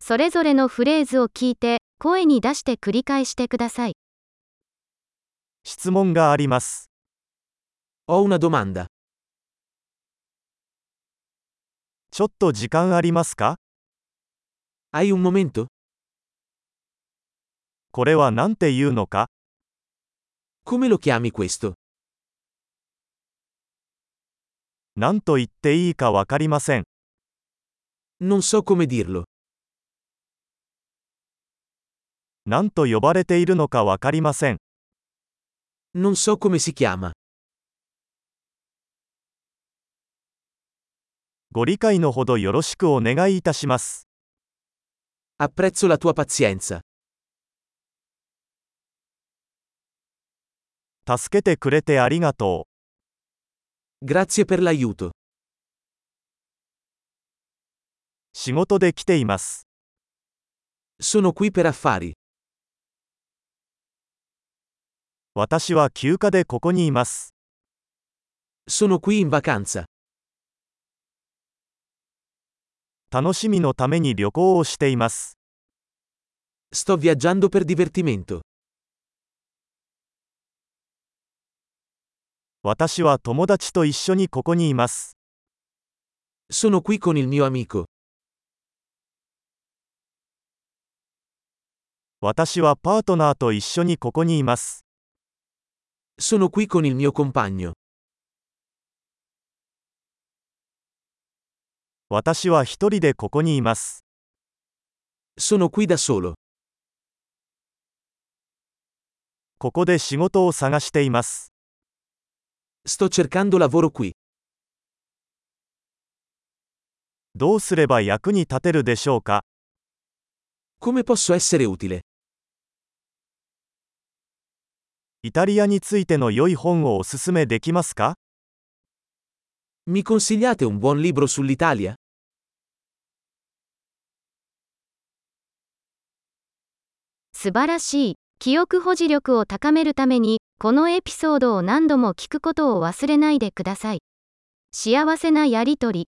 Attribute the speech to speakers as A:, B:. A: それぞれのフレーズを聞いて、声に出して繰り返してください。
B: 質問があります。
C: Ho una domanda.
B: ちょっと時間ありますか
C: Hai un momento?
B: これは何て言うのか
C: Come lo chiami questo?
B: 何と言っていいかわかりません。
C: Non so come dirlo.
B: 何と呼ばれているのかわかりません。
C: Non so come si chiama.
B: ご理解のほどよろしくお願いいたします。
C: Apprezzo la tua pazienza.
B: 助けてくれてありがと
C: Grazie per l'aiuto.
B: う。仕事で来ています。
C: Sono qui per affari.
B: 私は休暇でここにいます。
C: Sono qui in vacanza.
B: 楽しみのために旅行をしています。
C: Sto viaggiando per divertimento.
B: 私は友達と一緒にここにいます。
C: Sono qui con il mio amico.
B: 私はパートナーと一緒にここにいます。
C: Sono qui con il mio compagno.
B: 私は一人でここにいます。
C: Sono qui da solo.
B: ここで仕事を探しています。
C: Sto cercando lavoro qui.
B: どうすれば役に立てるでしょうか
C: Come posso essere utile?
B: イタリアについての良い本をおすすめできますか
C: Mi consigliate un buon libro sull'Italia?
A: 素晴らしい。記憶保持力を高めるために、このエピソードを何度も聞くことを忘れないでください。幸せなやりとり。